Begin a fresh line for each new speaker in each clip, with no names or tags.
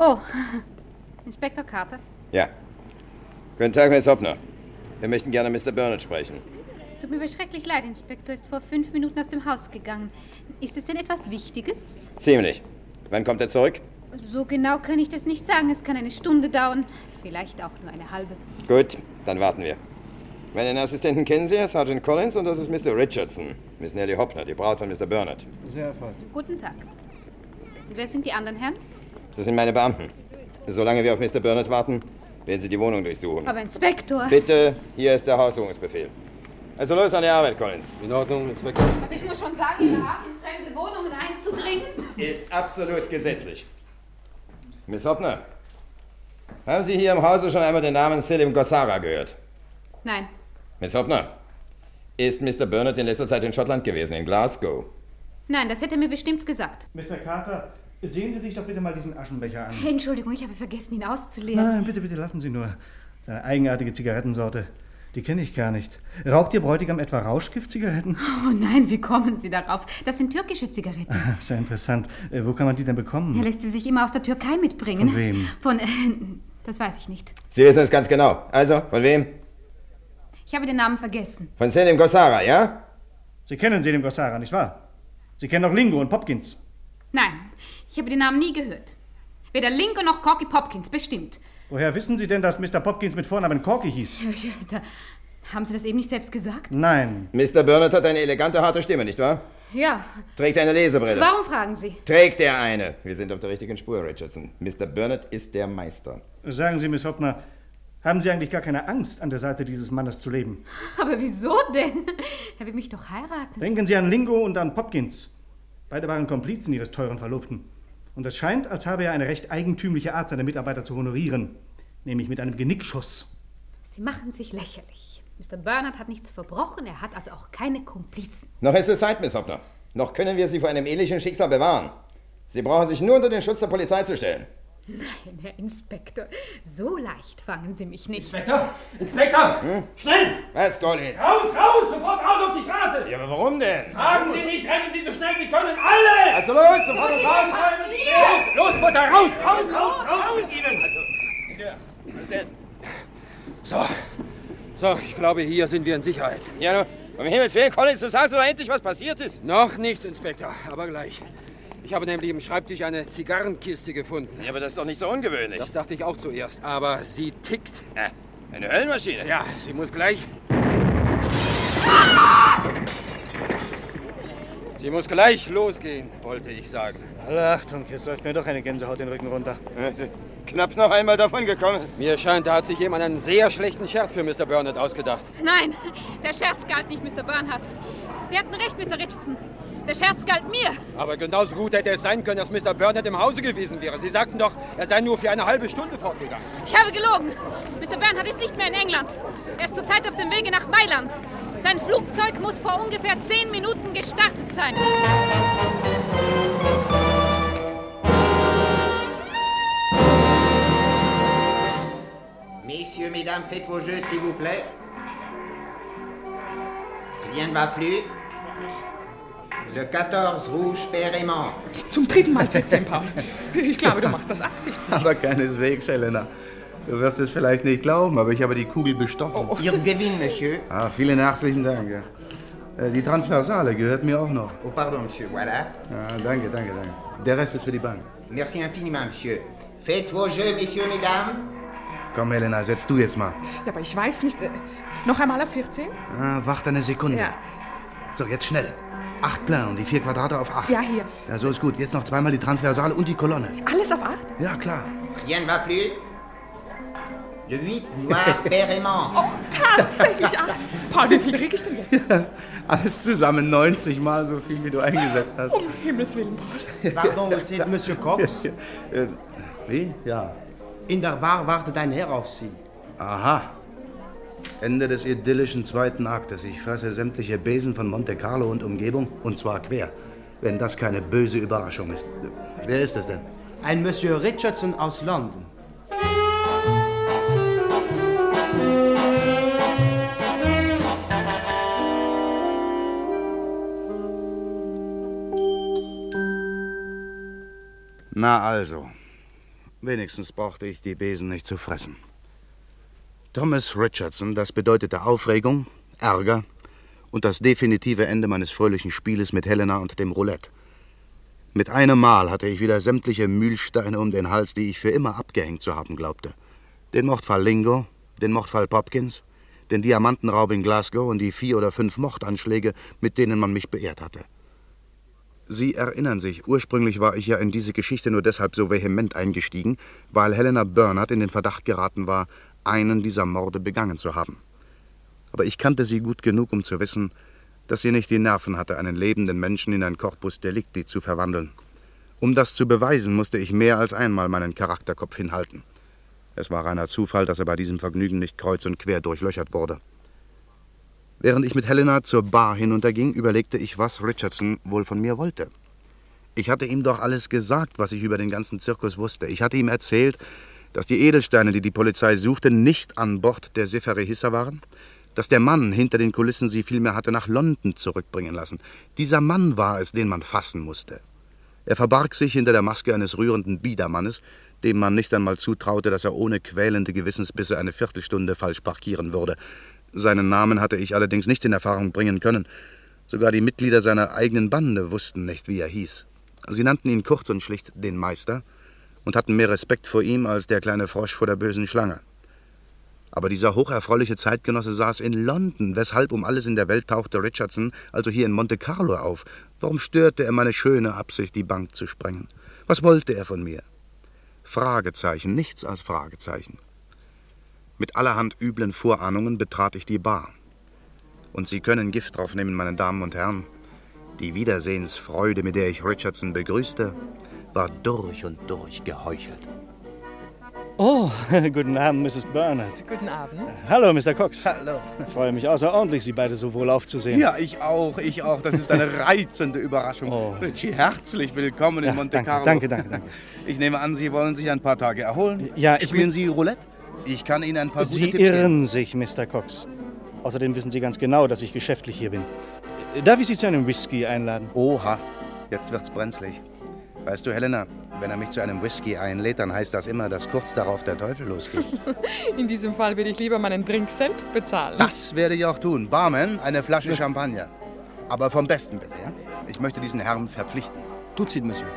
Oh, Inspektor Carter.
Ja. Guten Tag, Miss Hoppner. Wir möchten gerne Mr. Burnett sprechen.
Es tut mir aber schrecklich leid, Inspektor ist vor fünf Minuten aus dem Haus gegangen. Ist es denn etwas Wichtiges?
Ziemlich. Wann kommt er zurück?
So genau kann ich das nicht sagen. Es kann eine Stunde dauern, vielleicht auch nur eine halbe.
Gut, dann warten wir. Meinen Assistenten kennen Sie, Herr Sergeant Collins, und das ist Mr. Richardson, Miss Nellie Hoppner, die Braut von Mr. Burnett.
Sehr erfreut.
Guten Tag. Und wer sind die anderen Herren?
Das sind meine Beamten. Solange wir auf Mr. Burnett warten, werden Sie die Wohnung durchsuchen.
Aber Inspektor.
Bitte, hier ist der Haussuchungsbefehl. Also los an die Arbeit, Collins.
In Ordnung, Inspektor.
Also ich muss schon sagen, Ihre Art, in fremde Wohnungen einzudringen.
Ist absolut gesetzlich. Miss Hoppner, haben Sie hier im Hause schon einmal den Namen Selim Gossara gehört?
Nein,
Miss Hoppner, ist Mr. Burnett in letzter Zeit in Schottland gewesen, in Glasgow?
nein, das hätte er mir bestimmt gesagt.
Mr. Carter, sehen Sie sich doch bitte mal diesen Aschenbecher an.
Entschuldigung, ich habe vergessen, ihn auszuleeren.
Nein, bitte, bitte lassen Sie nur. Seine eigenartige Zigarettensorte. Die kenne ich gar nicht. Raucht Ihr Bräutigam etwa Rauschgiftzigaretten?
Oh nein, wie kommen Sie darauf? Das sind türkische Zigaretten.
Sehr interessant. Äh, wo kann man die denn bekommen?
Er lässt sie sich immer aus der Türkei mitbringen.
Von wem?
Von, äh, das weiß ich nicht.
Sie wissen es ganz genau. Also, von wem?
Ich habe den Namen vergessen.
Von Selim Gossara, ja?
Sie kennen Selim Gossara, nicht wahr? Sie kennen auch Lingo und Popkins.
Nein, ich habe den Namen nie gehört. Weder Lincoln noch Corky Popkins, bestimmt.
Woher wissen Sie denn, dass Mr. Popkins mit Vornamen Corky hieß?
Da haben Sie das eben nicht selbst gesagt?
Nein.
Mr. Burnett hat eine elegante, harte Stimme, nicht wahr?
Ja.
Trägt eine Lesebrille.
Warum fragen Sie?
Trägt er eine? Wir sind auf der richtigen Spur, Richardson. Mr. Burnett ist der Meister.
Sagen Sie, Miss Hoppner, haben Sie eigentlich gar keine Angst, an der Seite dieses Mannes zu leben?
Aber wieso denn? Er will mich doch heiraten.
Denken Sie an Lingo und an Popkins. Beide waren Komplizen Ihres teuren Verlobten. Und es scheint, als habe er eine recht eigentümliche Art, seine Mitarbeiter zu honorieren. Nämlich mit einem Genickschuss.
Sie machen sich lächerlich. Mr. Bernard hat nichts verbrochen, er hat also auch keine Komplizen.
Noch ist es Zeit, Miss Hoppner. Noch können wir Sie vor einem ähnlichen Schicksal bewahren. Sie brauchen sich nur unter den Schutz der Polizei zu stellen.
Nein, Herr Inspektor, so leicht fangen Sie mich nicht.
Inspektor! Inspektor!
Hm?
Schnell!
Was, Collins?
Raus, raus! Sofort raus auf die Straße!
Ja, aber warum denn?
Fragen Sie nicht, rennen Sie so schnell wie können! Alle!
Also los, sofort und raus!
Los, los, Mutter, raus! Raus, raus, raus mit Ihnen! So, so, ich glaube, hier sind wir in Sicherheit.
Ja, nun, um Himmels Willen, Collins, du sagst doch endlich, was passiert ist.
Noch nichts, Inspektor, aber gleich. Ich habe nämlich im Schreibtisch eine Zigarrenkiste gefunden.
Ja, aber das ist doch nicht so ungewöhnlich.
Das dachte ich auch zuerst, aber sie tickt.
Äh, Eine Höllenmaschine.
Ja, sie muss gleich. Sie muss gleich losgehen, wollte ich sagen.
Alle Achtung, jetzt läuft mir doch eine Gänsehaut den Rücken runter.
Äh, Knapp noch einmal davon gekommen.
Mir scheint, da hat sich jemand einen sehr schlechten Scherz für Mr. Burnett ausgedacht.
Nein, der Scherz galt nicht Mr. Bernhard. Sie hatten recht, Mr. Richardson. Der Scherz galt mir.
Aber genauso gut hätte es sein können, dass Mr. Burnett im Hause gewesen wäre. Sie sagten doch, er sei nur für eine halbe Stunde fortgegangen.
Ich habe gelogen. Mr. Bernhard ist nicht mehr in England. Er ist zurzeit auf dem Wege nach Mailand. Sein Flugzeug muss vor ungefähr zehn Minuten gestartet sein.
Messieurs, mesdames, faites vos jeux, s'il vous plaît. Rien ne va plus. Le 14 rouge, père aimant.
Zum dritten Mal fällt ein Paar. Ich glaube, du machst das absichtlich.
Aber keineswegs, Helena. Du wirst es vielleicht nicht glauben, aber ich habe die Kugel bestochen.
Ihr Oh, Gewinn, monsieur.
Ah, vielen herzlichen Dank. ja. Äh, Die Transversale gehört mir auch noch.
Oh, pardon, monsieur, voilà.
Ah, danke, danke, danke. Der Rest ist für die Bank.
Merci infiniment, monsieur. Faites vos jeux, messieurs, mesdames.
Komm, Helena, setz du jetzt mal.
Ja, aber ich weiß nicht. Äh, noch einmal auf 14?
Ah, wart eine Sekunde.
Ja.
So, jetzt schnell. Acht Plein und die vier Quadrate auf acht.
Ja, hier.
Ja, so ist gut. Jetzt noch zweimal die Transversale und die Kolonne.
Alles auf 8?
Ja, klar.
Rien ne va plus. Le 8, noir, père aimant.
Oh, tatsächlich 8. Paul, wie viel kriege ich denn jetzt?
Alles zusammen 90 Mal so viel, wie du eingesetzt hast.
Um Himmels Willen, Paul.
Pardon, c'est Monsieur Cox.
Äh, wie? Ja.
In der Bar wartet ein Herr auf Sie.
Aha. Ende des idyllischen zweiten Aktes. Ich fresse sämtliche Besen von Monte Carlo und Umgebung, und zwar quer. Wenn das keine böse Überraschung ist. Wer ist das denn?
Ein Monsieur Richardson aus London.
Na also. Wenigstens brauchte ich die Besen nicht zu fressen. Thomas Richardson, das bedeutete Aufregung, Ärger und das definitive Ende meines fröhlichen Spieles mit Helena und dem Roulette. Mit einem Mal hatte ich wieder sämtliche Mühlsteine um den Hals, die ich für immer abgehängt zu haben glaubte. Den Mordfall Lingo, den Mordfall Popkins, den Diamantenraub in Glasgow und die vier oder fünf Mordanschläge, mit denen man mich beehrt hatte. Sie erinnern sich, ursprünglich war ich ja in diese Geschichte nur deshalb so vehement eingestiegen, weil Helena Bernhardt in den Verdacht geraten war, einen dieser Morde begangen zu haben. Aber ich kannte sie gut genug, um zu wissen, dass sie nicht die Nerven hatte, einen lebenden Menschen in ein Corpus Delicti zu verwandeln. Um das zu beweisen, musste ich mehr als einmal meinen Charakterkopf hinhalten. Es war reiner Zufall, dass er bei diesem Vergnügen nicht kreuz und quer durchlöchert wurde. Während ich mit Helena zur Bar hinunterging, überlegte ich, was Richardson wohl von mir wollte. Ich hatte ihm doch alles gesagt, was ich über den ganzen Zirkus wusste. Ich hatte ihm erzählt, dass die Edelsteine, die die Polizei suchte, nicht an Bord der Seferе Hissa waren, dass der Mann hinter den Kulissen sie vielmehr hatte nach London zurückbringen lassen. Dieser Mann war es, den man fassen musste. Er verbarg sich hinter der Maske eines rührenden Biedermannes, dem man nicht einmal zutraute, dass er ohne quälende Gewissensbisse eine Viertelstunde falsch parkieren würde. Seinen Namen hatte ich allerdings nicht in Erfahrung bringen können. Sogar die Mitglieder seiner eigenen Bande wussten nicht, wie er hieß. Sie nannten ihn kurz und schlicht den Meister und hatten mehr Respekt vor ihm als der kleine Frosch vor der bösen Schlange. Aber dieser hocherfreuliche Zeitgenosse saß in London. Weshalb um alles in der Welt tauchte Richardson also hier in Monte Carlo auf? Warum störte er meine schöne Absicht, die Bank zu sprengen? Was wollte er von mir? Fragezeichen, nichts als Fragezeichen. Mit allerhand üblen Vorahnungen betrat ich die Bar. Und Sie können Gift drauf nehmen, meine Damen und Herren. Die Wiedersehensfreude, mit der ich Richardson begrüßte, war durch und durch geheuchelt.
Oh, guten Abend, Mrs. Bernard.
Guten Abend.
Hallo, Mr. Cox. Hallo. Ich freue mich außerordentlich, Sie beide so wohlauf zu sehen.
Ja, ich auch, ich auch. Das ist eine reizende Überraschung.
Oh,
Richie, herzlich willkommen in
Ja,
Monte
danke,
Carlo.
danke, danke, danke.
Ich nehme an, Sie wollen sich ein paar Tage erholen.
Ja, ich
Spielen Sie Roulette? Ich kann Ihnen ein paar
Sie
gute Tipps geben.
irren sich, Mr. Cox. Außerdem wissen Sie ganz genau, dass ich geschäftlich hier bin. Darf ich Sie zu einem Whisky einladen?
Oha, jetzt wird's brenzlig. Weißt du, Helena, wenn er mich zu einem Whisky einlädt, dann heißt das immer, dass kurz darauf der Teufel losgeht.
In diesem Fall würde ich lieber meinen Drink selbst bezahlen.
Das werde ich auch tun. Barman, eine Flasche Champagner. Aber vom Besten bitte, ja? Ich möchte diesen Herrn verpflichten.
Tout de suite, Monsieur.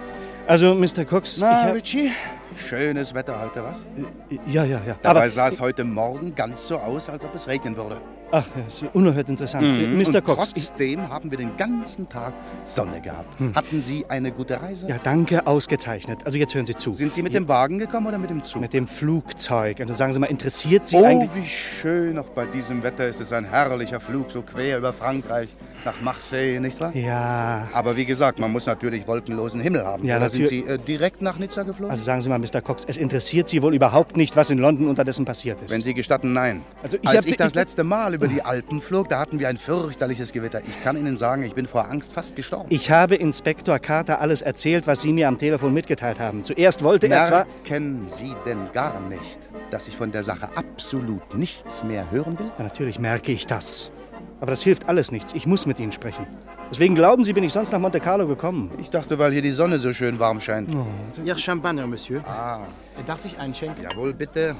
Also, Mr. Cox,
Na,
ich
Richie, schönes Wetter heute, was?
hab, Ja, ja, ja.
Dabei
Aber,
sah es heute Morgen ganz so aus, als ob es regnen würde.
ach, ja, ist unerhört interessant. Mr.
Mhm. Und
Cox, ich, Hm.
trotzdem haben wir den ganzen Tag Sonne gehabt. Hatten Sie eine gute Reise?
ja, danke, ausgezeichnet. Also, jetzt hören Sie zu.
Sind Sie mit dem Wagen gekommen oder mit dem Zug?
Mit dem Flugzeug. Also, sagen Sie mal, interessiert Sie
Oh,
eigentlich...
wie schön, auch bei diesem Wetter ist es ein herrlicher Flug, so quer über Frankreich nach Marseille, nicht wahr?
Ja,
Aber wie gesagt, man muss natürlich wolkenlosen Himmel haben.
Ja,
oder sind Sie
natürlich.
äh, direkt nach Nizza geflogen?
also sagen Sie mal, Mr. Cox, es interessiert Sie wohl überhaupt nicht, was in London unterdessen passiert ist.
Wenn Sie gestatten, nein.
Also ich
Als
hab- Oh.
ich das
ich-
letzte Mal über die Alpen flog, da hatten wir ein fürchterliches Gewitter. Ich kann Ihnen sagen, ich bin vor Angst fast gestorben.
Ich habe Inspektor Carter alles erzählt, was Sie mir am Telefon mitgeteilt haben. Zuerst wollte er zwar...
Merken Sie denn gar nicht, dass ich von der Sache absolut nichts mehr hören will?
Ja, natürlich merke ich das. Aber das hilft alles nichts. Ich muss mit Ihnen sprechen. Deswegen glauben Sie, bin ich sonst nach Monte Carlo gekommen.
Ich dachte, weil hier die Sonne so schön warm scheint.
Oh,
Ihr Champagner, Monsieur. Ah. Darf ich einen schenken?
Jawohl, bitte.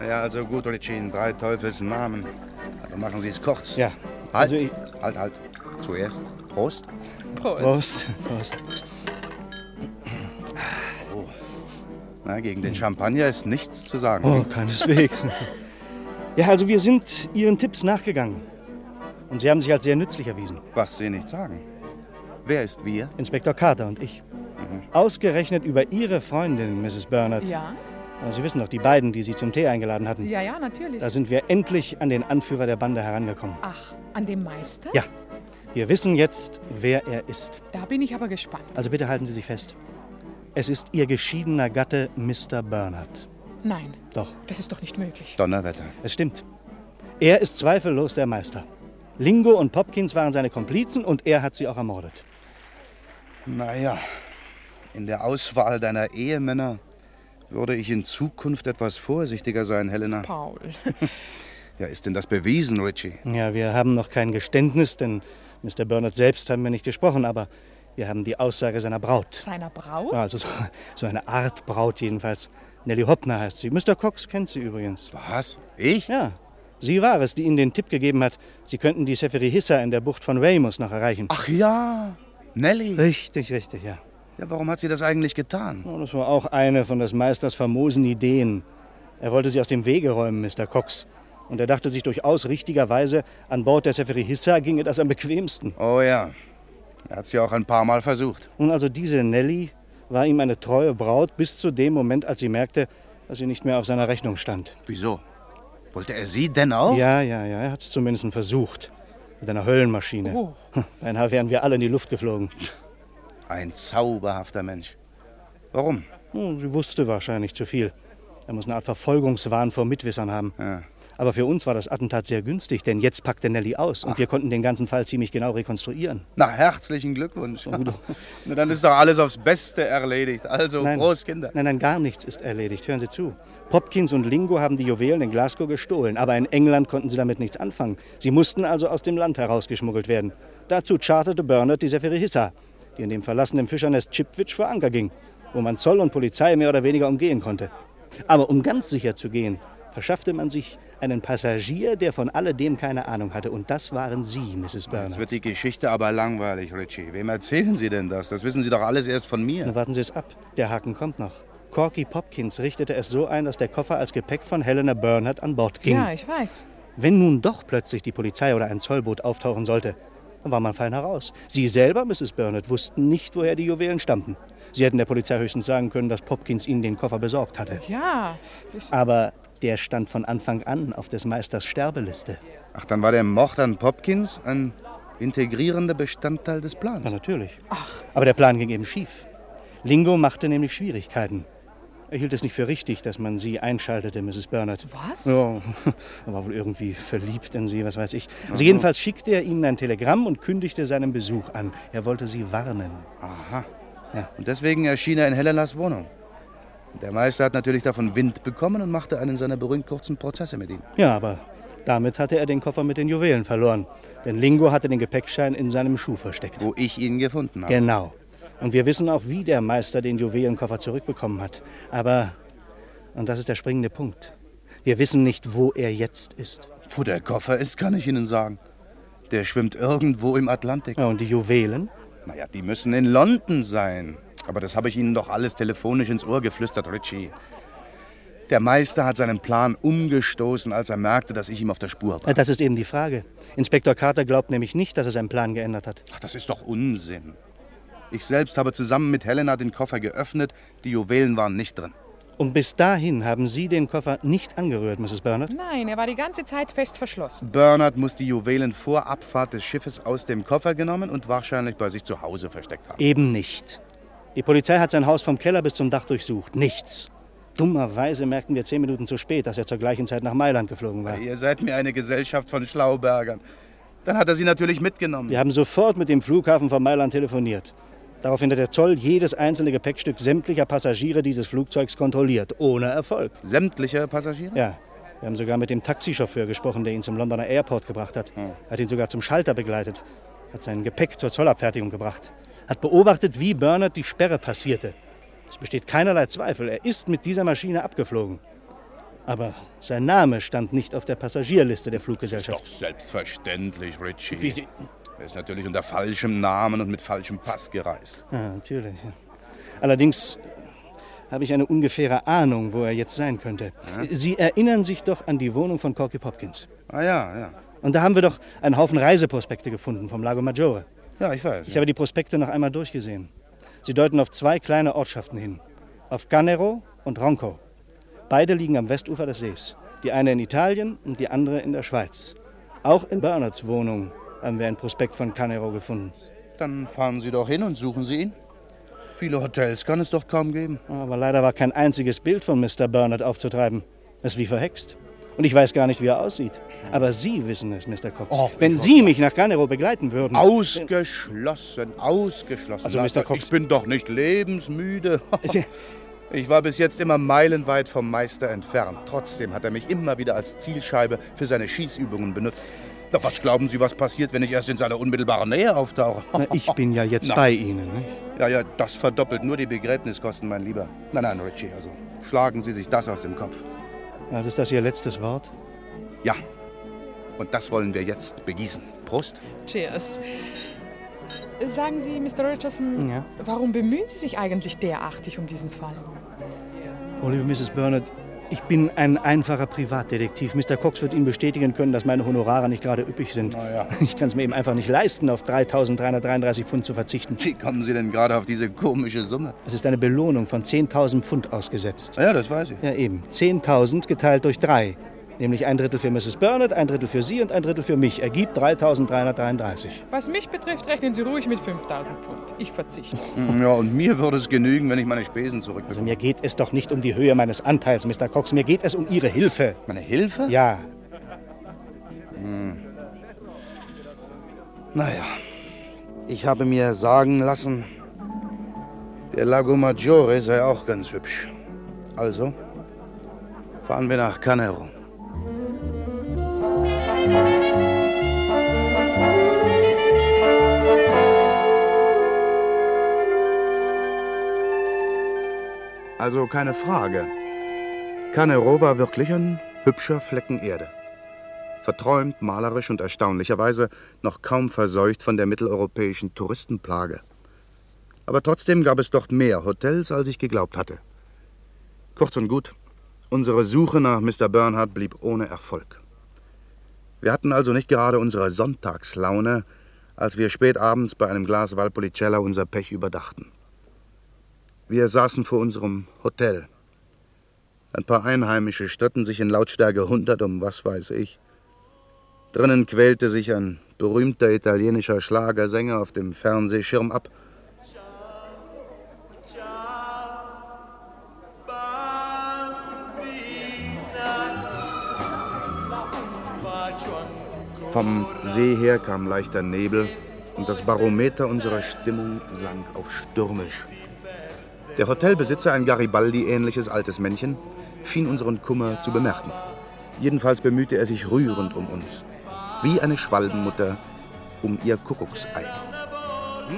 Na Ja, also gut, Olitschin, drei Teufelsnamen. Aber machen Sie es kurz.
Ja.
Halt,
Also ich-
halt, halt. Zuerst Prost.
Prost.
Prost. Prost.
Na, gegen den Champagner ist nichts zu sagen.
Oh, keineswegs. ja, also wir sind Ihren Tipps nachgegangen. Und Sie haben sich als sehr nützlich erwiesen.
Was Sie nicht sagen. Wer ist wir? Mhm.
Inspektor Carter und ich. Ausgerechnet über Ihre Freundin, Mrs. Bernard.
Ja,
Aber Sie wissen doch, die beiden, die Sie zum Tee eingeladen hatten.
ja, ja, natürlich.
Da sind wir endlich an den Anführer der Bande herangekommen.
Ach, ne? an dem Meister?
Ja, wir wissen jetzt, wer er ist.
Da bin ich aber gespannt.
Also bitte halten Sie sich fest. Es ist Ihr geschiedener Gatte, Mr. Bernard.
Nein,
Doch,
das ist doch nicht möglich.
Donnerwetter.
es stimmt. Er ist zweifellos der Meister. Lingo und Popkins waren seine Komplizen und er hat sie auch ermordet.
Naja, in der Auswahl deiner Ehemänner würde ich in Zukunft etwas vorsichtiger sein, Helena.
Paul.
Ja, ist denn das bewiesen, Richie?
Ja, wir haben noch kein Geständnis, denn Mr. Bernard selbst haben wir nicht gesprochen, aber Wir haben die Aussage seiner Braut.
Seiner Braut?
Also so, so eine Art Braut jedenfalls. Nelly Hoppner heißt sie. Mr. Cox kennt sie übrigens.
Was? Ich?
Ja. Sie war es, die Ihnen den Tipp gegeben hat, Sie könnten die Seferihissa in der Bucht von Ramos noch erreichen.
Ach ja, Nelly.
Richtig, richtig, ja.
Ja, warum hat sie das eigentlich getan?
Oh, Das war auch eine von des Meisters famosen Ideen. Er wollte sie aus dem Wege räumen, Mr. Cox. Und er dachte sich durchaus richtigerweise, an Bord der Seferihissa ginge das am bequemsten.
Oh ja, er hat sie auch ein paar Mal versucht.
Nun also diese Nelly war ihm eine treue Braut bis zu dem Moment, als sie merkte, dass sie nicht mehr auf seiner Rechnung stand.
Wieso? Wollte er sie denn auch?
Ja, ja, ja, er hat es zumindest versucht. Mit einer Höllenmaschine. Hm,
Oh.
Beinahe wären wir alle in die Luft geflogen.
Ein zauberhafter Mensch. Warum?
Nun, Sie wusste wahrscheinlich zu viel. Er muss eine Art Verfolgungswahn vor Mitwissern haben.
Ja.
Aber für uns war das Attentat sehr günstig, denn jetzt packte Nelly aus und wir konnten den ganzen Fall ziemlich genau rekonstruieren.
Na, herzlichen Glückwunsch. Na, dann ist doch alles aufs Beste erledigt. Also, Prost, Kinder.
Nein, nein, gar nichts ist erledigt. Hören Sie zu. Popkins und Lingo haben die Juwelen in Glasgow gestohlen, aber in England konnten sie damit nichts anfangen. Sie mussten also aus dem Land herausgeschmuggelt werden. Dazu charterte Bernard die Seferihissa, die in dem verlassenen Fischernest Chipwich vor Anker ging, wo man Zoll und Polizei mehr oder weniger umgehen konnte. Aber um ganz sicher zu gehen, verschaffte man sich einen Passagier, der von alledem keine Ahnung hatte. Und das waren Sie, Mrs.
Jetzt
Bernard.
wird die Geschichte aber langweilig, Richie. Wem erzählen Sie denn das? Das wissen Sie doch alles erst von mir.
Na, warten Sie es ab. Der Haken kommt noch. Corky Popkins richtete es so ein, dass der Koffer als Gepäck von Helena Bernhardt an Bord ging.
Ja, ich weiß.
Wenn nun doch plötzlich die Polizei oder ein Zollboot auftauchen sollte, dann war man fein heraus. Sie selber, Mrs. Burnett, wussten nicht, woher die Juwelen stammten. Sie hätten der Polizei höchstens sagen können, dass Popkins ihnen den Koffer besorgt hatte.
Ja,
Aber der stand von Anfang an auf des Meisters Sterbeliste.
Ach, dann war der Mord an Popkins ein integrierender Bestandteil des
Ja,
Plans.
natürlich. Ach. Aber der Plan ging eben schief. Lingo machte nämlich Schwierigkeiten. Er hielt es nicht für richtig, dass man sie einschaltete, Mrs. Bernard.
Was?
Ja, er war wohl irgendwie verliebt in sie, was weiß ich. Also jedenfalls schickte er ihnen ein Telegramm und kündigte seinen Besuch an. Er wollte sie warnen.
Und deswegen erschien er in Helenas Wohnung. Der Meister hat natürlich davon Wind bekommen und machte einen seiner berühmt kurzen Prozesse mit ihm.
Ja, aber damit hatte er den Koffer mit den Juwelen verloren. Denn Lingo hatte den Gepäckschein in seinem Schuh versteckt.
Wo ich ihn gefunden habe.
Genau. Und wir wissen auch, wie der Meister den Juwelenkoffer zurückbekommen hat. Aber, und das ist der springende Punkt, wir wissen nicht, wo er jetzt ist.
Wo der Koffer ist, kann ich Ihnen sagen. Der schwimmt irgendwo im Atlantik.
Ja, und die Juwelen?
Naja, die müssen in London sein. Aber das habe ich Ihnen doch alles telefonisch ins Ohr geflüstert, Richie. Der Meister hat seinen Plan umgestoßen, als er merkte, dass ich ihm auf der Spur
Ja,
war.
Äh, Das ist eben die Frage. Inspektor Carter glaubt nämlich nicht, dass er seinen Plan geändert hat.
Ach, das ist doch Unsinn. Ich selbst habe zusammen mit Helena den Koffer geöffnet. Die Juwelen waren nicht drin.
Und bis dahin haben Sie den Koffer nicht angerührt, Mrs. Bernard?
nein, er war die ganze Zeit fest verschlossen.
Bernhard muss die Juwelen vor Abfahrt des Schiffes aus dem Koffer genommen und wahrscheinlich bei sich zu Hause versteckt haben.
Eben nicht. Die Polizei hat sein Haus vom Keller bis zum Dach durchsucht. Nichts. Dummerweise merkten wir zehn Minuten zu spät, dass er zur gleichen Zeit nach Mailand geflogen war.
Ihr seid mir eine Gesellschaft von Schlaubergern. Dann hat er sie natürlich mitgenommen.
Wir haben sofort mit dem Flughafen von Mailand telefoniert. Daraufhin hat der Zoll jedes einzelne Gepäckstück sämtlicher Passagiere dieses Flugzeugs kontrolliert. Ohne Erfolg.
Sämtliche Passagiere?
Ja. Wir haben sogar mit dem Taxichauffeur gesprochen, der ihn zum Londoner Airport gebracht hat. Hat ihn sogar zum Schalter begleitet. Hat sein Gepäck zur Zollabfertigung gebracht. Hat beobachtet, wie Bernard die Sperre passierte. Es besteht keinerlei Zweifel, er ist mit dieser Maschine abgeflogen. Aber sein Name stand nicht auf der Passagierliste der Fluggesellschaft.
Doch selbstverständlich, Richie.
Wie-
Er ist natürlich unter falschem Namen und mit falschem Pass gereist.
Ja, Ah, natürlich. ja. Allerdings habe ich eine ungefähre Ahnung, wo er jetzt sein könnte. Sie erinnern sich doch an die Wohnung von Corky Popkins.
Ah ja, ja.
Und da haben wir doch einen Haufen Reiseprospekte gefunden vom Lago Maggiore.
Ja, ich weiß.
Ich habe die Prospekte noch einmal durchgesehen. Sie deuten auf zwei kleine Ortschaften hin. Auf Canero und Ronco. Beide liegen am Westufer des Sees. Die eine in Italien und die andere in der Schweiz. Auch in Bernards Wohnung haben wir einen Prospekt von Canero gefunden.
Dann fahren Sie doch hin und suchen Sie ihn. Viele Hotels kann es doch kaum geben.
Aber leider war kein einziges Bild von Mr. Bernard aufzutreiben. Es ist wie verhext. Und ich weiß gar nicht, wie er aussieht. Aber Sie wissen es, Mr. Cox. Wenn Sie mich nach Canero begleiten würden.
Ausgeschlossen, ausgeschlossen.
Also,
Lass
Mr.
doch-
Cox-
Ich bin doch nicht lebensmüde. Ich war bis jetzt immer meilenweit vom Meister entfernt. Trotzdem hat er mich immer wieder als Zielscheibe für seine Schießübungen benutzt. Doch was glauben Sie, was passiert, wenn ich erst in seiner unmittelbaren Nähe auftauche?
Na, ich bin ja jetzt
Na.
bei Ihnen. Nicht?
Ja, ja, das verdoppelt nur die Begräbniskosten, mein Lieber. Nein, nein, Richie, also schlagen Sie sich das aus dem Kopf.
Also ist das Ihr letztes Wort?
Ja. Und das wollen wir jetzt begießen. Prost.
Cheers. Sagen Sie, Mr. Richardson,
Ja.
warum bemühen Sie sich eigentlich derartig um diesen Fall?
Oh, liebe Mrs. Bernard, ich bin ein einfacher Privatdetektiv. Mr. Cox wird Ihnen bestätigen können, dass meine Honorare nicht gerade üppig sind. Ich kann es mir eben einfach nicht leisten, auf 3.333 Pfund zu verzichten.
Wie kommen Sie denn gerade auf diese komische Summe?
Es ist eine Belohnung von 10.000 Pfund ausgesetzt.
Na Ja, das weiß ich.
Ja, eben. 10.000 geteilt durch 3. Nämlich ein Drittel für Mrs. Burnett, ein Drittel für Sie und ein Drittel für mich. Ergibt 3.333.
Was mich betrifft, rechnen Sie ruhig mit 5000 Pfund. Ich verzichte.
Ja, und mir würde es genügen, wenn ich meine Spesen
Also
zurückbekomme.
mir geht es doch nicht um die Höhe meines Anteils, Mr. Cox. Mir geht es um Ihre Hilfe.
Meine Hilfe?
Ja,
Hm. Naja, ich habe mir sagen lassen, der Lago Maggiore sei auch ganz hübsch. Also, fahren wir nach Canero. Also keine Frage. Canero war wirklich ein hübscher Flecken Erde. Verträumt, malerisch und erstaunlicherweise noch kaum verseucht von der mitteleuropäischen Touristenplage. Aber trotzdem gab es dort mehr Hotels, als ich geglaubt hatte. Kurz und gut, unsere Suche nach Mr. Bernhard blieb ohne Erfolg. Wir hatten also nicht gerade unsere Sonntagslaune, als wir spät abends bei einem Glas Valpolicella unser Pech überdachten. Wir saßen vor unserem Hotel. Ein paar Einheimische stritten sich in Lautstärke 100 um was weiß ich. Drinnen quälte sich ein berühmter italienischer Schlagersänger auf dem Fernsehschirm ab. Vom See her kam leichter Nebel und das Barometer unserer Stimmung sank auf stürmisch. Der Hotelbesitzer, ein Garibaldi-ähnliches altes Männchen, schien unseren Kummer zu bemerken. Jedenfalls bemühte er sich rührend um uns, wie eine Schwalbenmutter um ihr Kuckucksei.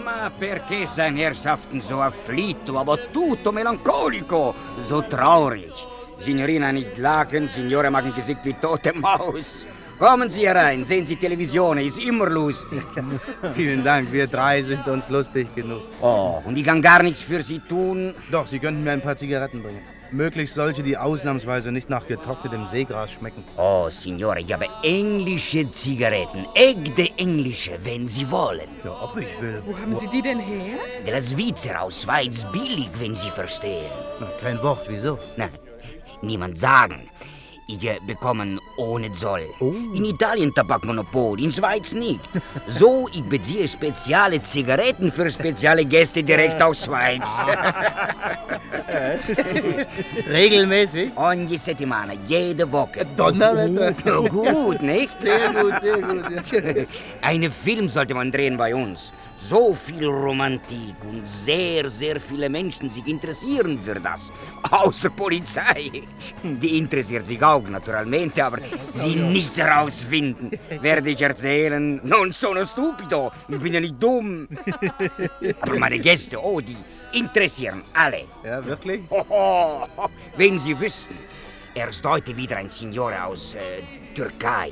Ma perché sein Herrschaften so afflitto, aber tutto melancolico, so traurig? Signorina nicht lachen, Signore machen Gesicht wie tote Maus. Kommen Sie herein, sehen Sie Television, ist immer lustig.
Vielen Dank, wir drei sind uns lustig genug.
Oh, und ich kann gar nichts für Sie tun.
Doch, Sie könnten mir ein paar Zigaretten bringen. Möglichst solche, die ausnahmsweise nicht nach getrocknetem Seegras schmecken.
Oh, Signore, ich habe englische Zigaretten, echte englische, wenn Sie wollen.
Ja, ob ich will.
Wo haben Sie die denn her?
Der Schweizer aus Schweiz billig, wenn Sie verstehen.
Na, kein Wort, wieso?
Na, niemand sagen. Ich äh, bekomme ohne Zoll.
Oh.
In Italien Tabakmonopol, in Schweiz nicht. So, ich beziehe spezielle Zigaretten für spezielle Gäste direkt aus Schweiz.
Regelmäßig?
Ogni settimana, jede Woche.
Donnerwetter.
Oh, gut, nicht?
Sehr gut, sehr gut. Ja.
Einen Film sollte man drehen bei uns. So viel Romantik und sehr, sehr viele Menschen sich interessieren für das. Außer Polizei. Die interessiert sich auch naturalmente, aber die nicht herausfinden. Werde ich erzählen. Non sono stupido. Ich bin ja nicht dumm. Aber meine Gäste, oh, die interessieren alle.
Ja, wirklich?
Hoho, wenn Sie wüssten, erst heute wieder ein Signore aus äh, Türkei.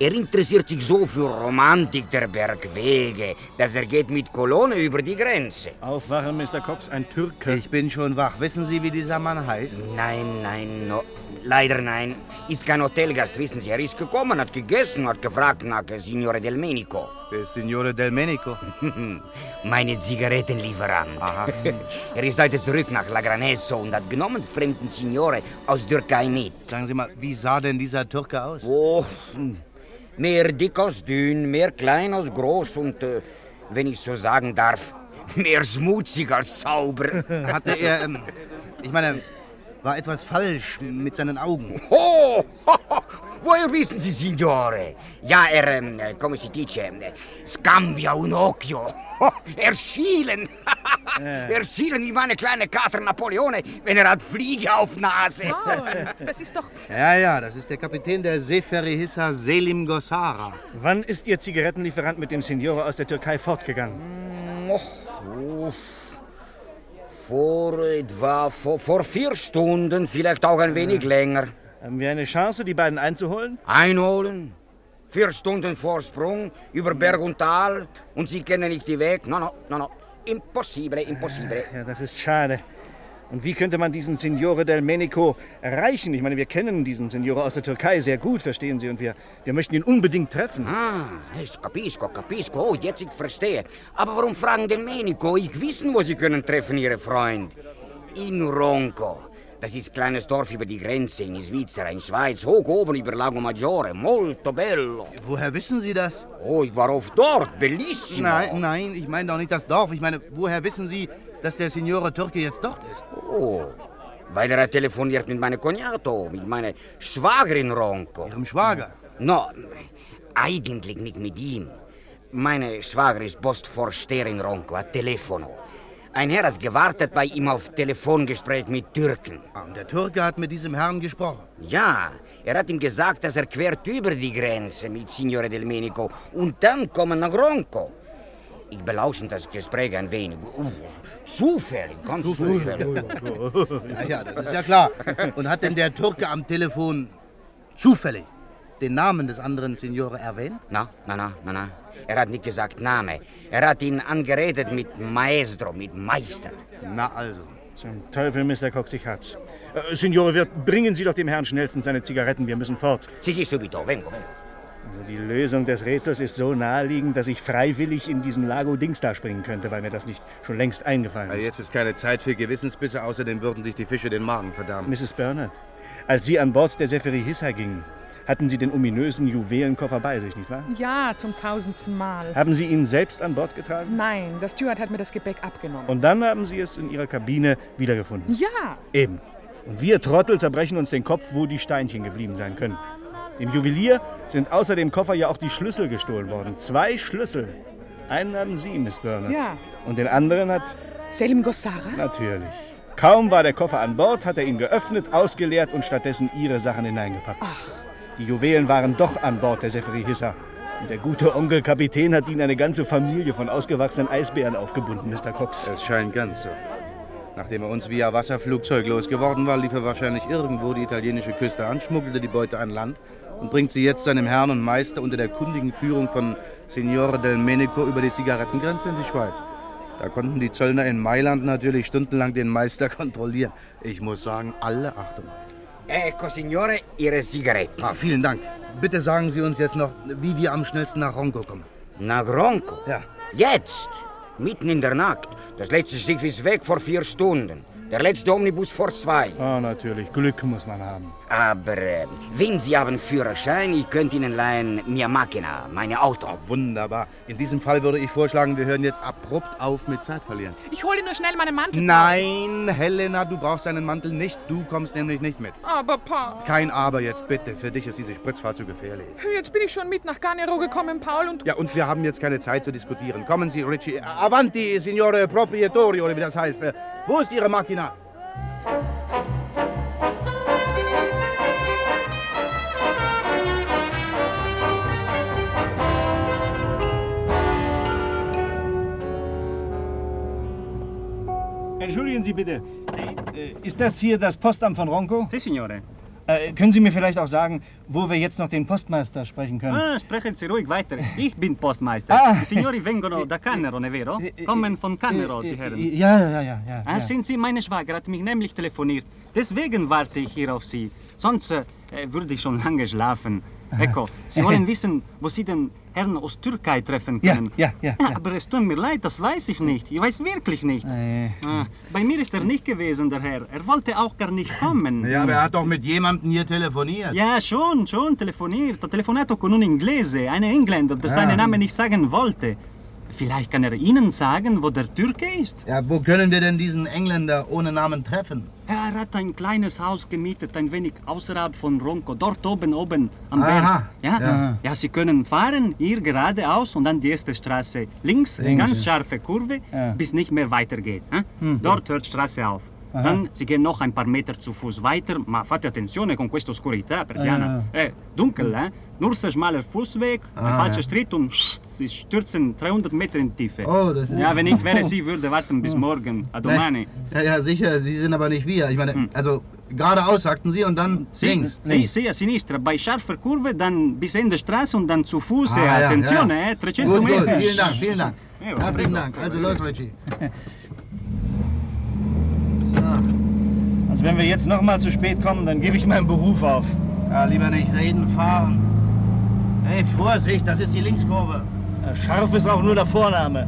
Er interessiert sich so für Romantik der Bergwege, dass er geht mit Kolonne über die Grenze.
Aufwachen, Mr. Cox, ein Türke.
Ich bin schon wach. Wissen Sie, wie dieser Mann heißt?
Nein, nein, no, leider nein. Ist kein Hotelgast, wissen Sie. Er ist gekommen, hat gegessen, hat gefragt nach äh, Signore Delmenico.
Der ist Äh, Signore Del Menico.
Meine Zigarettenlieferant. er ist heute zurück nach Lagranesso und hat genommen fremden Signore aus Türkei mit.
Sagen Sie mal, wie sah denn dieser Türke aus?
Oh, mehr dick als dünn, mehr klein als groß und, äh, wenn ich so sagen darf, mehr schmutzig als sauber.
Hatte er, ähm, ich meine, war etwas falsch mit seinen Augen.
Oh, woher wissen Sie, Signore? Ja, er, ähm, come si dice, eh, scambia un occhio. Erschielen.
Äh.
Er schielen wie meine kleine Kater Napoleone, wenn er hat Fliege auf Nase.
Paul, das ist doch.
Ja, ja, Ah, das ist der Kapitän der Seferihissa Selim Gossara.
Wann ist Ihr Zigarettenlieferant mit dem Signore aus der Türkei fortgegangen?
Vor etwa, vor, vor vier Stunden, vielleicht auch ein wenig länger.
Haben wir eine Chance, die beiden einzuholen?
Einholen? Vier Stunden Vorsprung über Berg und Tal und Sie kennen nicht den Weg. No, no, no, no. Impossible, impossible.
Ja, das ist schade. Und wie könnte man diesen Signore del Menico erreichen? Ich meine, wir kennen diesen Signore aus der Türkei sehr gut, verstehen Sie, und wir, wir möchten ihn unbedingt treffen.
Ah, es capisco, capisco. Oh, jetzt ich verstehe. Aber warum fragen den Menico? Ich wissen, wo Sie können treffen, Ihre Freund. In Ronco. Das ist ein kleines Dorf über die Grenze in Schweizer, in Schweiz, hoch oben über Lago Maggiore. Molto bello.
Woher wissen Sie das?
Oh, ich war oft dort. Bellissimo.
Nein, nein, ich meine doch nicht das Dorf. Ich meine, woher wissen Sie, dass der Signore Türke jetzt dort ist?
Oh, weil er hat telefoniert mit meiner Cognato, mit meiner Schwagerin Ronco.
Ihrem Schwager?
No, eigentlich nicht mit ihm. Meine Schwager ist Postvorsteherin Ronco, hat Telefono. Ein Herr hat gewartet bei ihm auf Telefongespräch mit Türken.
Ah, Und der Türke hat mit diesem Herrn gesprochen.
Ja, er hat ihm gesagt, dass er quert über die Grenze mit Signore Del Menico und dann kommen nach Ronco. Ich belausche das Gespräch ein wenig. Uh, zufällig, ganz zufällig.
Ja, ja, das ist ja klar. Und hat denn der Türke am Telefon zufällig den Namen des anderen Signore erwähnt?
Na, na, na, na, na. Er hat nicht gesagt Name. Er hat ihn angeredet mit Maestro, mit Meister.
Na also.
Zum Teufel, Mr. Cox, ich hat's. Äh, Signore Wirt, bringen Sie doch dem Herrn schnellstens seine Zigaretten, wir müssen fort.
Si, si, subito, vengo, vengo.
Also die Lösung des Rätsels ist so naheliegend, dass ich freiwillig in diesen Lago Dings da springen könnte, weil mir das nicht schon längst eingefallen
Ja,
ist.
jetzt ist keine Zeit für Gewissensbisse, außerdem würden sich die Fische den Magen verderben.
Mrs. Bernard, als Sie an Bord der Seferihissa gingen, hatten Sie den ominösen Juwelenkoffer bei sich, nicht wahr?
Ja, zum tausendsten Mal.
Haben Sie ihn selbst an Bord getragen?
Nein, der Steward hat mir das Gepäck abgenommen.
Und dann haben Sie es in Ihrer Kabine wiedergefunden.
Ja,
Eben. Und wir Trottel zerbrechen uns den Kopf, wo die Steinchen geblieben sein können. Dem Juwelier sind außer dem Koffer ja auch die Schlüssel gestohlen worden. Zwei Schlüssel. Einen haben Sie, Miss Bernard.
ja.
Und den anderen hat
Selim Gossara?
natürlich. Kaum war der Koffer an Bord, hat er ihn geöffnet, ausgeleert und stattdessen ihre Sachen hineingepackt. Die Juwelen waren doch an Bord der Seferihissa. Und der gute Onkel Kapitän hat ihnen eine ganze Familie von ausgewachsenen Eisbären aufgebunden, Mr. Cox.
Es scheint ganz so. Nachdem er uns via Wasserflugzeug losgeworden war, lief er wahrscheinlich irgendwo die italienische Küste an, schmuggelte die Beute an Land und bringt sie jetzt seinem Herrn und Meister unter der kundigen Führung von Signore del Menico über die Zigarettengrenze in die Schweiz. Da konnten die Zöllner in Mailand natürlich stundenlang den Meister kontrollieren. Ich muss sagen, alle Achtung.
Ecco, Signore, Ihre Zigaretten.
Ah, vielen Dank. Bitte sagen Sie uns jetzt noch, wie wir am schnellsten nach Ronco kommen.
Nach Ronco?
Ja.
Jetzt! Mitten in der Nacht. Das letzte Schiff ist weg vor vier Stunden. Der letzte Omnibus vor zwei.
Ah, natürlich. Glück muss man haben.
Aber äh, wenn Sie haben Führerschein, ich könnte Ihnen leihen mia macchina, meine Auto.
Wunderbar. In diesem Fall würde ich vorschlagen, wir hören jetzt abrupt auf mit Zeit verlieren.
Ich hole nur schnell meinen Mantel.
Nein, Helena, du brauchst deinen Mantel nicht. Du kommst nämlich nicht mit.
Aber Paul,
Kein Aber jetzt, bitte. Für dich ist diese Spritzfahrt zu gefährlich.
jetzt bin ich schon mit nach Garnero gekommen, Paul, und
Ja, und wir haben jetzt keine Zeit zu diskutieren. Kommen Sie, Richie. Avanti, Signore Proprietore, oder wie das heißt. Äh, Wo ist Ihre Machina?
Entschuldigen Sie bitte. Äh, Ist das hier das Postamt von Ronco?
Sí, Signore.
Äh, können Sie mir vielleicht auch sagen, wo wir jetzt noch den Postmeister sprechen können?
Ah, sprechen Sie ruhig weiter. Ich bin Postmeister.
Ah.
I Signori vengono da Cannero, ne vero? Kommen von Cannero,
Äh,
die Herren.
äh, Ja, ja, ja. ja,
Ah,
ja.
sind Sie, meine Schwager hat mich nämlich telefoniert. Deswegen warte ich hier auf Sie. Sonst äh, würde ich schon lange schlafen. Ecco, Sie wollen wissen, wo Sie den Herrn aus Türkei treffen
Eh. Ja,
können. Ah,
ja, ja, ja.
Aber es tut mir leid, das weiß ich nicht. Ich weiß wirklich nicht.
Eh.
Ah, bei mir ist er nicht gewesen, der Herr. Er wollte auch gar nicht kommen.
Ja, aber er hat doch mit jemandem hier telefoniert.
Ja, schon, schon telefoniert. Ha telefonato con un inglese, eine Engländer, der
Ah.
seinen Namen nicht sagen wollte. Vielleicht kann er Ihnen sagen, wo der Türke ist.
Ja, wo können wir denn diesen Engländer ohne Namen treffen?
Er hat ein kleines Haus gemietet, ein wenig außerhalb von Ronco, dort oben, oben am
Aha,
Berg. Ja?
ja.
Ja. Sie können fahren, hier geradeaus und dann die erste Straße links,
Links,
ganz
ja.
scharfe Kurve,
Ja.
bis nicht mehr weitergeht. Hm?
Mhm.
Dort hört Straße auf.
Aha.
Dann, Sie gehen noch ein paar Meter zu Fuß weiter, ma fate attenzione con questa oscurità, Perdiana.
Ah,
Eh, dunkel, eh? nur ein schmaler Fußweg, ein
Ah,
falscher
ja.
Schritt und Sie stürzen 300 Meter in die Tiefe.
Oh, das ist-
ja, wenn ich wäre Sie, würde warten bis morgen. Adomani.
Ja, ja, sicher, Sie sind aber nicht wir. Ich meine, also geradeaus sagten Sie und dann
Sì,
links.
sì, sì, a sinistra, bei scharfer Kurve, dann bis Ende Straße und dann zu Fuß.
Ah, ja,
Attenzione,
ja.
eh, 300
Gut, gut.
Meter.
Vielen Dank, vielen Dank.
Ja,
Herzlichen
prego.
Dank. Also los, Richie.
Also wenn wir jetzt nochmal zu spät kommen, dann gebe ich meinen Beruf auf.
Ja, lieber nicht reden, fahren. Hey, Vorsicht, das ist die Linkskurve.
Äh, Scharf ist auch nur der Vorname.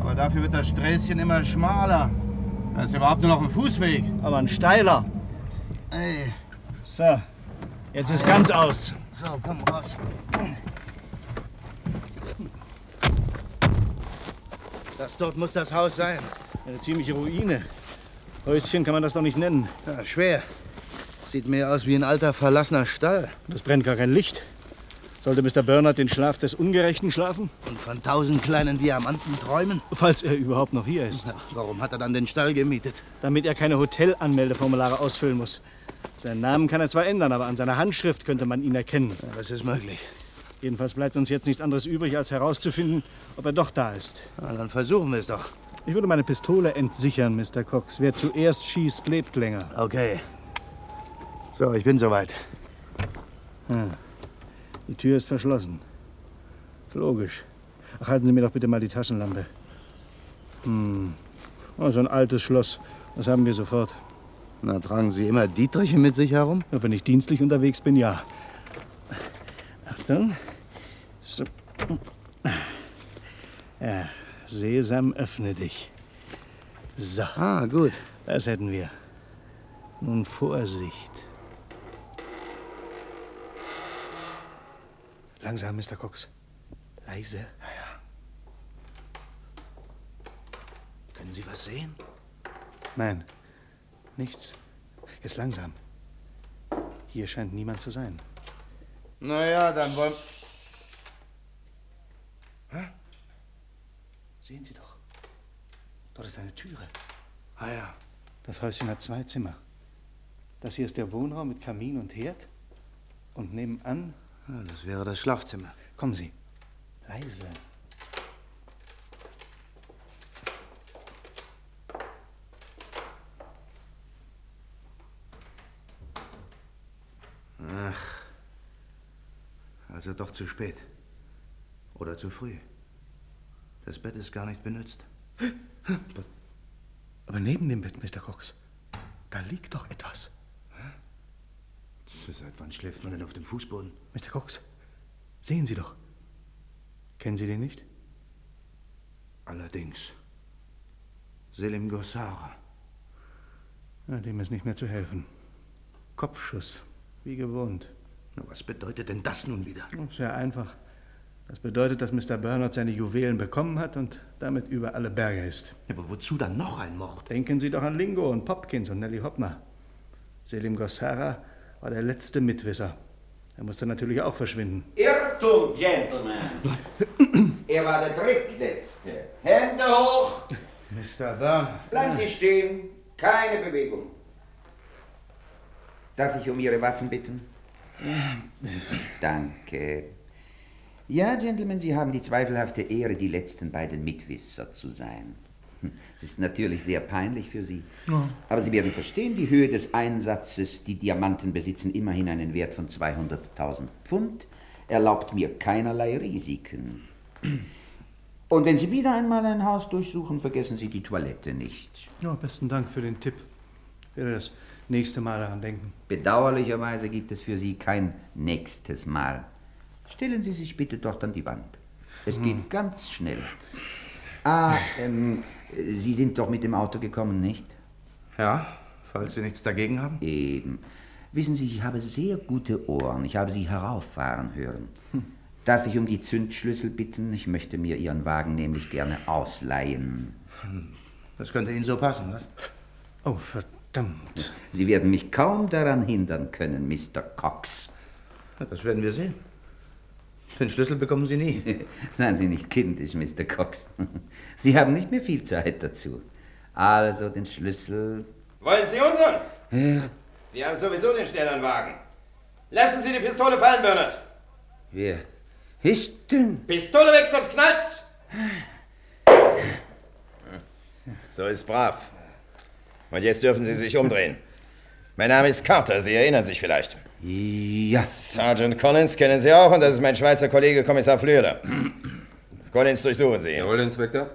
Aber dafür wird das Sträßchen immer schmaler. Das ist überhaupt nur noch ein Fußweg.
Aber ein steiler.
Ey.
So, jetzt ist ganz aus.
So, komm raus. Das dort muss das Haus sein.
Eine ziemliche Ruine. Häuschen kann man das doch nicht nennen.
Ja, schwer. Sieht mehr aus wie ein alter verlassener Stall.
Das brennt gar kein Licht. Sollte Mr. Bernard den Schlaf des Ungerechten schlafen?
Und von tausend kleinen Diamanten träumen?
Falls er überhaupt noch hier ist.
Warum hat er dann den Stall gemietet?
Damit er keine Hotelanmeldeformulare ausfüllen muss. Seinen Namen kann er zwar ändern, aber an seiner Handschrift könnte man ihn erkennen.
das ist möglich.
Jedenfalls bleibt uns jetzt nichts anderes übrig, als herauszufinden, ob er doch da ist.
dann versuchen wir es doch.
Ich würde meine Pistole entsichern, Mr. Cox. Wer zuerst schießt, lebt länger.
Okay. So, ich bin soweit.
Ah, die Tür ist verschlossen. Ist logisch. Ach, halten Sie mir doch bitte mal die Taschenlampe. Hm. Oh, so ein altes Schloss. Das haben wir sofort.
Na, tragen Sie immer Dietriche mit sich herum?
Ja, wenn ich dienstlich unterwegs bin, ja. Achtung. So. Ja, Sesam, öffne dich. So.
Ah, gut.
Das hätten wir. Nun Vorsicht.
Langsam, Mr. Cox. Leise. Ja, ja. Können Sie was sehen?
Nein, nichts. Jetzt langsam. Hier scheint niemand zu sein.
Naja, dann wollen.
Sehen Sie doch. Dort ist eine Türe.
Ah ja.
Das Häuschen hat zwei Zimmer. Das hier ist der Wohnraum mit Kamin und Herd. Und nebenan,
Ah, Das wäre das Schlafzimmer.
kommen Sie, leise.
Ach. Also doch zu spät. Oder zu früh. Das Bett ist gar nicht benutzt.
Aber neben dem Bett, Mr. Cox, da liegt doch etwas.
Seit wann schläft man denn auf dem Fußboden?
Mr. Cox, sehen Sie doch.
Kennen Sie den nicht?
Allerdings. Selim Gossara.
Na, dem ist nicht mehr zu helfen. Kopfschuss, wie gewohnt.
Na, was bedeutet denn das nun wieder?
Oh, Sehr einfach. Das bedeutet, dass Mr. Bernard seine Juwelen bekommen hat und damit über alle Berge ist.
Aber wozu dann noch ein Mord?
Denken Sie doch an Lingo und Popkins und Nelly Hoppner. Selim Gossara war der letzte Mitwisser. Er musste natürlich auch verschwinden.
Irrtum, Gentlemen. er war der drittletzte. Hände hoch.
Mr. Bernard.
Bleiben Sie stehen. Keine Bewegung. Darf ich um Ihre Waffen bitten?
Hm.
Danke. Ja, Gentlemen, Sie haben die zweifelhafte Ehre, die letzten beiden Mitwisser zu sein. Hm, Es ist natürlich sehr peinlich für Sie.
Ja.
Aber Sie werden verstehen, die Höhe des Einsatzes, die Diamanten besitzen immerhin einen Wert von 200.000 Pfund, erlaubt mir keinerlei Risiken. Und wenn Sie wieder einmal ein Haus durchsuchen, vergessen Sie die Toilette nicht.
Ja, besten Dank für den Tipp. Ich werde das nächste Mal daran denken.
Bedauerlicherweise gibt es für Sie kein nächstes Mal. Stellen Sie sich bitte dort an die Wand. Es
Hm.
geht ganz schnell. Ah, ähm, Sie sind doch mit dem Auto gekommen, nicht?
Ja, falls Sie nichts dagegen haben.
Eben. Wissen Sie, ich habe sehr gute Ohren. Ich habe Sie herauffahren hören. Darf ich um die Zündschlüssel bitten? Ich möchte mir Ihren Wagen nämlich gerne ausleihen.
Das könnte Ihnen so passen, was?
Oh, verdammt. Sie werden mich kaum daran hindern können, Mr. Cox.
Das werden wir sehen. Den Schlüssel bekommen Sie nie.
Seien Sie nicht kindisch, Mr. Cox. Sie haben nicht mehr viel Zeit dazu. Also den Schlüssel.
Wollen Sie unseren?
Äh,
Wir haben sowieso den schnelleren Wagen. Lassen Sie die Pistole fallen, Bernard.
Wer ist denn?
Pistole weg, sonst knallt's. So ist brav. Und jetzt dürfen Sie sich umdrehen. Mein Name ist Carter, Sie erinnern sich vielleicht.
Ja.
Sergeant Collins kennen Sie auch und das ist mein Schweizer Kollege Kommissar Flöder. Collins, durchsuchen Sie ihn. Jawohl, Inspektor.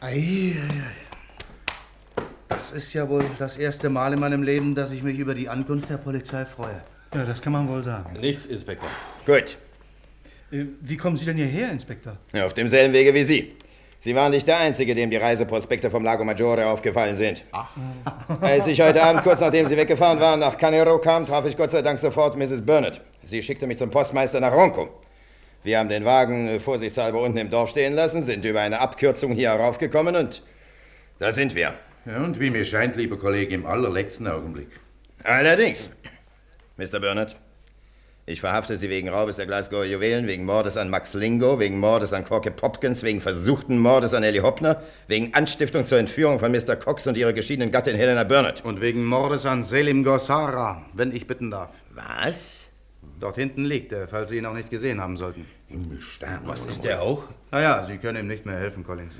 Ei, ei, ei. Das ist ja wohl das erste Mal in meinem Leben, dass ich mich über die Ankunft der Polizei freue.
Ja, das kann man wohl sagen.
Nichts, Inspektor.
Gut,
Äh, Wie kommen Sie denn hierher, Inspektor?
Ja, auf demselben Wege wie Sie. Sie waren nicht der Einzige, dem die Reiseprospekte vom Lago Maggiore aufgefallen sind. Als ich heute Abend, kurz nachdem Sie weggefahren waren, nach Canero kam, traf ich Gott sei Dank sofort Mrs. Burnett. Sie schickte mich zum Postmeister nach Ronco. Wir haben den Wagen äh, vorsichtshalber unten im Dorf stehen lassen, sind über eine Abkürzung hier heraufgekommen und da sind wir.
Ja, und wie mir scheint, lieber Kollege, im allerletzten Augenblick.
Allerdings, Mr. Burnett, ich verhafte Sie wegen Raubes der Glasgower Juwelen, wegen Mordes an Max Lingo, wegen Mordes an Corke Popkins, wegen versuchten Mordes an Ellie Hoppner, wegen Anstiftung zur Entführung von Mr. Cox und ihrer geschiedenen Gattin Helena Burnett.
Und wegen Mordes an Selim Gossara, wenn ich bitten darf.
Was?
Dort hinten liegt er, falls Sie ihn auch nicht gesehen haben sollten.
Himmelstern.
Was, ist er auch?
Naja, Sie können ihm nicht mehr helfen, Collins.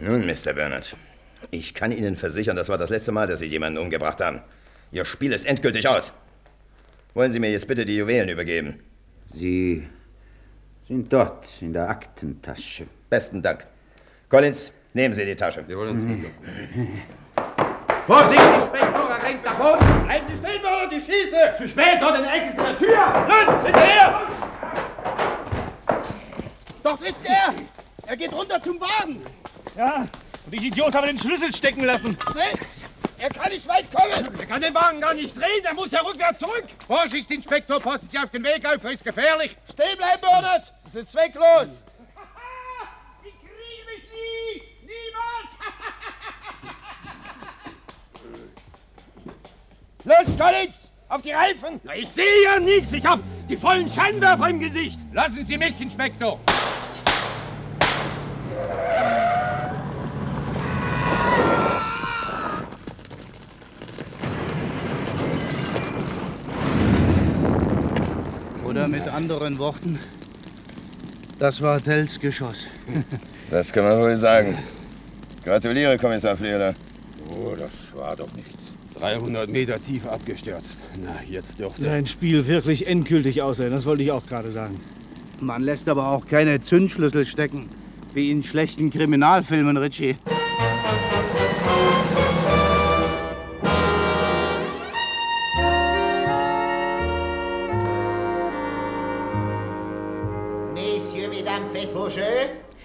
Nun, Mr. Burnett, ich kann Ihnen versichern, das war das letzte Mal, dass Sie jemanden umgebracht haben. Ihr Spiel ist endgültig aus. Wollen Sie mir jetzt bitte die Juwelen übergeben?
Sie sind dort in der Aktentasche.
Besten Dank. Collins, nehmen Sie die Tasche. Wir wollen uns
Vorsicht, Inspektor, er rennt nach oben. Bleiben Sie stehen, Mörder, ich schieße. Zu spät, dort in der Ecke ist eine Tür. Los, hinterher.
Dort ist er! Er geht runter zum Wagen!
Ja, und ich Idiot habe den Schlüssel stecken lassen.
Schnell! Er kann nicht weit kommen!
Er kann den Wagen gar nicht drehen, er muss ja rückwärts zurück.
Vorsicht, Inspektor, passen Sie auf den Weg auf, er ist gefährlich.
Stehen bleiben, Bernhard! Es ist zwecklos!
Sie kriegen mich nie! Niemals!
Los, Collins! Auf die Reifen!
Na, ich sehe ja nichts, ich hab die vollen Scheinwerfer im Gesicht.
Lassen Sie mich, Inspektor.
Oder mit anderen Worten, das war Dells Geschoss.
Das kann man wohl sagen. Gratuliere, Kommissar Flöder.
Oh, das war doch nichts. 300 Meter tief abgestürzt. Na, jetzt dürfte...
Sein Spiel wirklich endgültig aussehen, das wollte ich auch gerade sagen.
Man lässt aber auch keine Zündschlüssel stecken, wie in schlechten Kriminalfilmen, Richie.
Messieurs, Mesdames, faites vos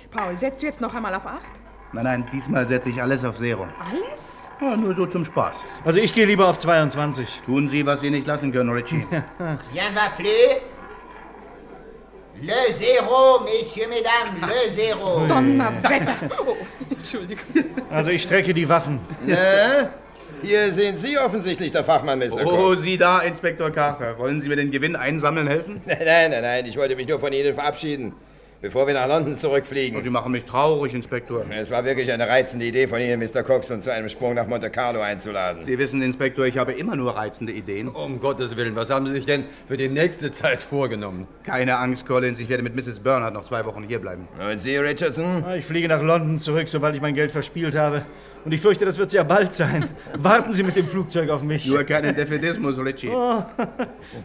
Paul, setzt du jetzt noch einmal auf acht?
Nein, nein, diesmal setze ich alles auf Zero.
Alles?
Ja, Ah, nur so zum Spaß.
Also ich gehe lieber auf 22.
Tun Sie, was Sie nicht lassen können, Richie.
Rien ne va plus. Le zéro, messieurs, mesdames,
Ah.
le zéro.
Donnerwetter! Oh, Entschuldigung.
Also ich strecke die Waffen.
Ne? Hier sind Sie offensichtlich der Fachmann, Mr.
Oh,
Cox.
Sie da, Inspektor Carter. Wollen Sie mir den Gewinn einsammeln helfen?
Nein, nein, nein, nein, ich wollte mich nur von Ihnen verabschieden, bevor wir nach London zurückfliegen.
Oh, Sie machen mich traurig, Inspektor.
Es war wirklich eine reizende Idee von Ihnen, Mr. Cox, uns zu einem Sprung nach Monte Carlo einzuladen. Oh.
Sie wissen, Inspektor, ich habe immer nur reizende Ideen.
Um Gottes Willen, was haben Sie sich denn für die nächste Zeit vorgenommen?
Keine Angst, Collins, ich werde mit Mrs. Bernhardt noch zwei Wochen hierbleiben.
Und Sie, Richardson?
Ich fliege nach London zurück, sobald ich mein Geld verspielt habe. Und ich fürchte, das wird sehr bald sein. Warten Sie mit dem Flugzeug auf mich.
Nur keinen Defetismus, Richie.
Oh.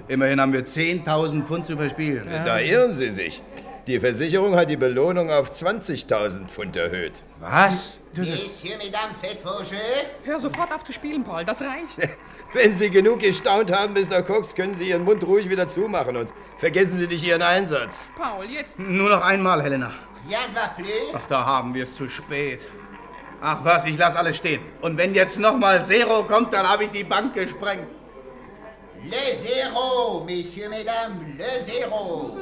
Immerhin haben wir 10.000 Pfund zu verspielen.
Da irren Sie sich. Die Versicherung hat die Belohnung auf 20.000 Pfund erhöht.
Was?
Messieurs, mesdames, faites vos jeux.
Hör sofort auf zu spielen, Paul, das reicht.
Wenn Sie genug gestaunt haben, Mr. Cox, können Sie Ihren Mund ruhig wieder zumachen und vergessen Sie nicht Ihren Einsatz.
Paul, jetzt.
Nur noch einmal, Helena.
Rien ne va plus.
Ach, da haben wir es zu spät. Ach was, ich lasse alles stehen. Und wenn jetzt nochmal Zero kommt, dann habe ich die Bank gesprengt.
Le zéro, messieurs, mesdames, le zéro.